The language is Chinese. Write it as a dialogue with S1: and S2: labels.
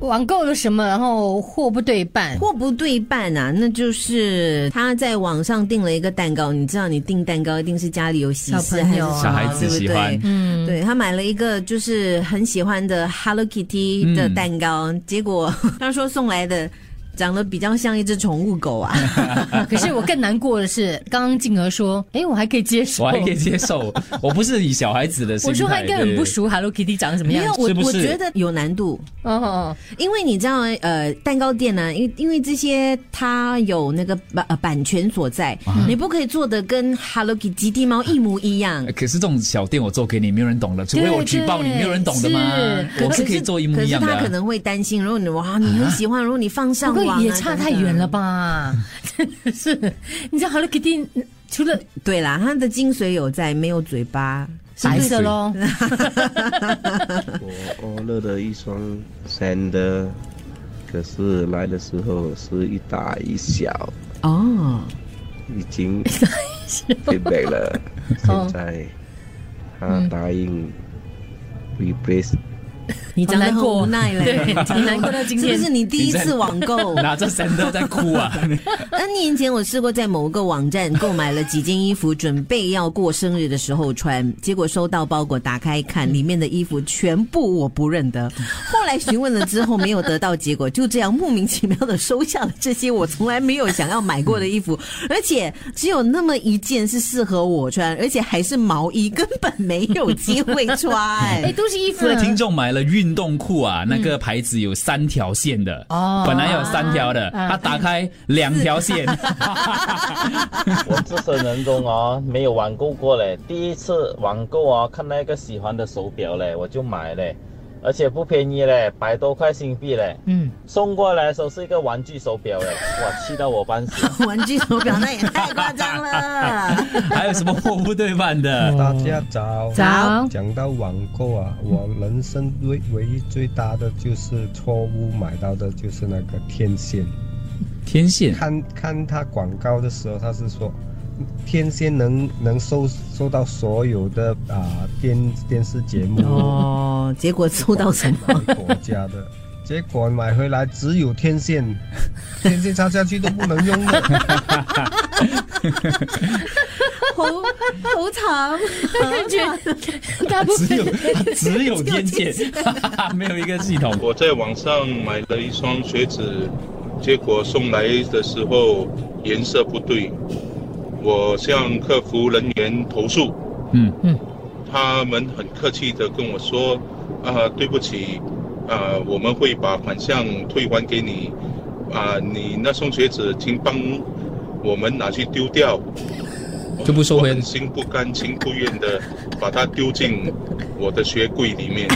S1: 网购了什么，然后货不对半。
S2: 货不对半啊，那就是他在网上订了一个蛋糕，你知道你订蛋糕一定是家里有喜
S1: 小
S2: 事
S1: 朋
S2: 还是
S1: 友啊
S2: 什么
S1: 小
S3: 孩子喜欢
S2: 对不对？嗯，对他买了一个就是很喜欢的 Hello Kitty 的蛋糕，结果 他说送来的长得比较像一只宠物狗啊，
S1: 可是我更难过的是，刚刚静儿说，哎，我还可以接受，
S3: 我还可以接 受，我不是以小孩子的心态。
S1: 我说他应该很不熟 Hello Kitty 长什么
S2: 没
S1: 样
S2: 有
S1: 子。
S2: 我
S3: 是不是
S2: 我觉得有难度，
S1: 哦哦，
S2: 因为你知道，呃，蛋糕店呢、因为因为这些它有那个版呃版权所在，你不可以做的跟 Hello Kitty 地猫一模一样
S3: 对。。可是这种小店我做给你，没有人懂的，除非我举报你，
S1: 对
S3: 没有人懂的嘛。
S1: 是啊
S3: 我是可以做一模一样的
S2: 可是他可
S3: 啊。
S2: 能会担心，如果你哇你很喜欢，如果你放
S1: 不
S2: 上网、
S1: 过
S2: 啊、
S1: 也差太远了
S2: 等
S1: 吧？真的是，你知道 Hello Kitty 嗯除了
S2: 等。对啦，它的精髓有在，没有嘴巴。
S1: 白色咯，
S4: 我欧乐的一双三的，可是来的时候是一大一小，
S2: 哦，
S4: 已 经 feedback 了。
S1: 哦
S4: 现在他答应 replace
S5: 嗯
S2: 你讲的很无奈 嘞，
S1: 对挺难过到今天
S2: 是不是你第一次网 购？
S3: 拿着三刀在哭啊！
S2: n 年前我试过在某个网站购买了几件衣服，准备要过生日的时候穿，结果收到包裹打开看，里面的衣服全部我不认得。后来询问了之后没有得到结果，就这样莫名其妙的收下了这些我从来没有想要买过的衣服，而且只有那么一件是适合我穿，而且还是毛衣，根本没有机会 穿
S1: 哎，。都是衣服
S3: 这位听众买了运动裤啊，那个牌子有三条线的，
S1: 哦
S3: 本来有三条的，
S1: 啊
S3: 他打开两条线，
S6: 我自身人中哦，没有网购过嘞。第一次网购哦，看到一个喜欢的手表嘞，我就买嘞，而且不便宜嘞，百多块新币嘞。
S1: 嗯，
S6: 送过来的时候是一个玩具手表嘞，哇，气到我半死。
S2: 玩具手表那也太夸张 了。
S3: 还有什么货不对半的？
S5: 大家早。
S1: 早
S5: 讲到网购啊，我人生唯唯一最大的就是错误买到的就是那个天线。
S3: 天线
S5: 看看它广告的时候，它是说天线能能收收到所有的啊、电电视节目。
S2: 哦，结果抽到什么？
S5: 哪个国家的，结果买回来只有天线，天线插下去都不能用的。
S2: 好好长，
S1: 感觉大部
S3: 只
S1: 分
S3: 有只有天线， 没有一个系统。
S7: 我在网上买了一双鞋子，结果送来的时候颜色不对，我向客服人员投诉，
S3: 嗯
S1: 嗯，
S7: 他们很客气的跟我说，啊、对不起，啊、我们会把款项退还给你，啊、你那双鞋子请帮我们拿去丢掉，
S3: 就不收
S7: 我
S3: 回
S7: 很心不甘情不愿的把它丢进我的鞋柜里面。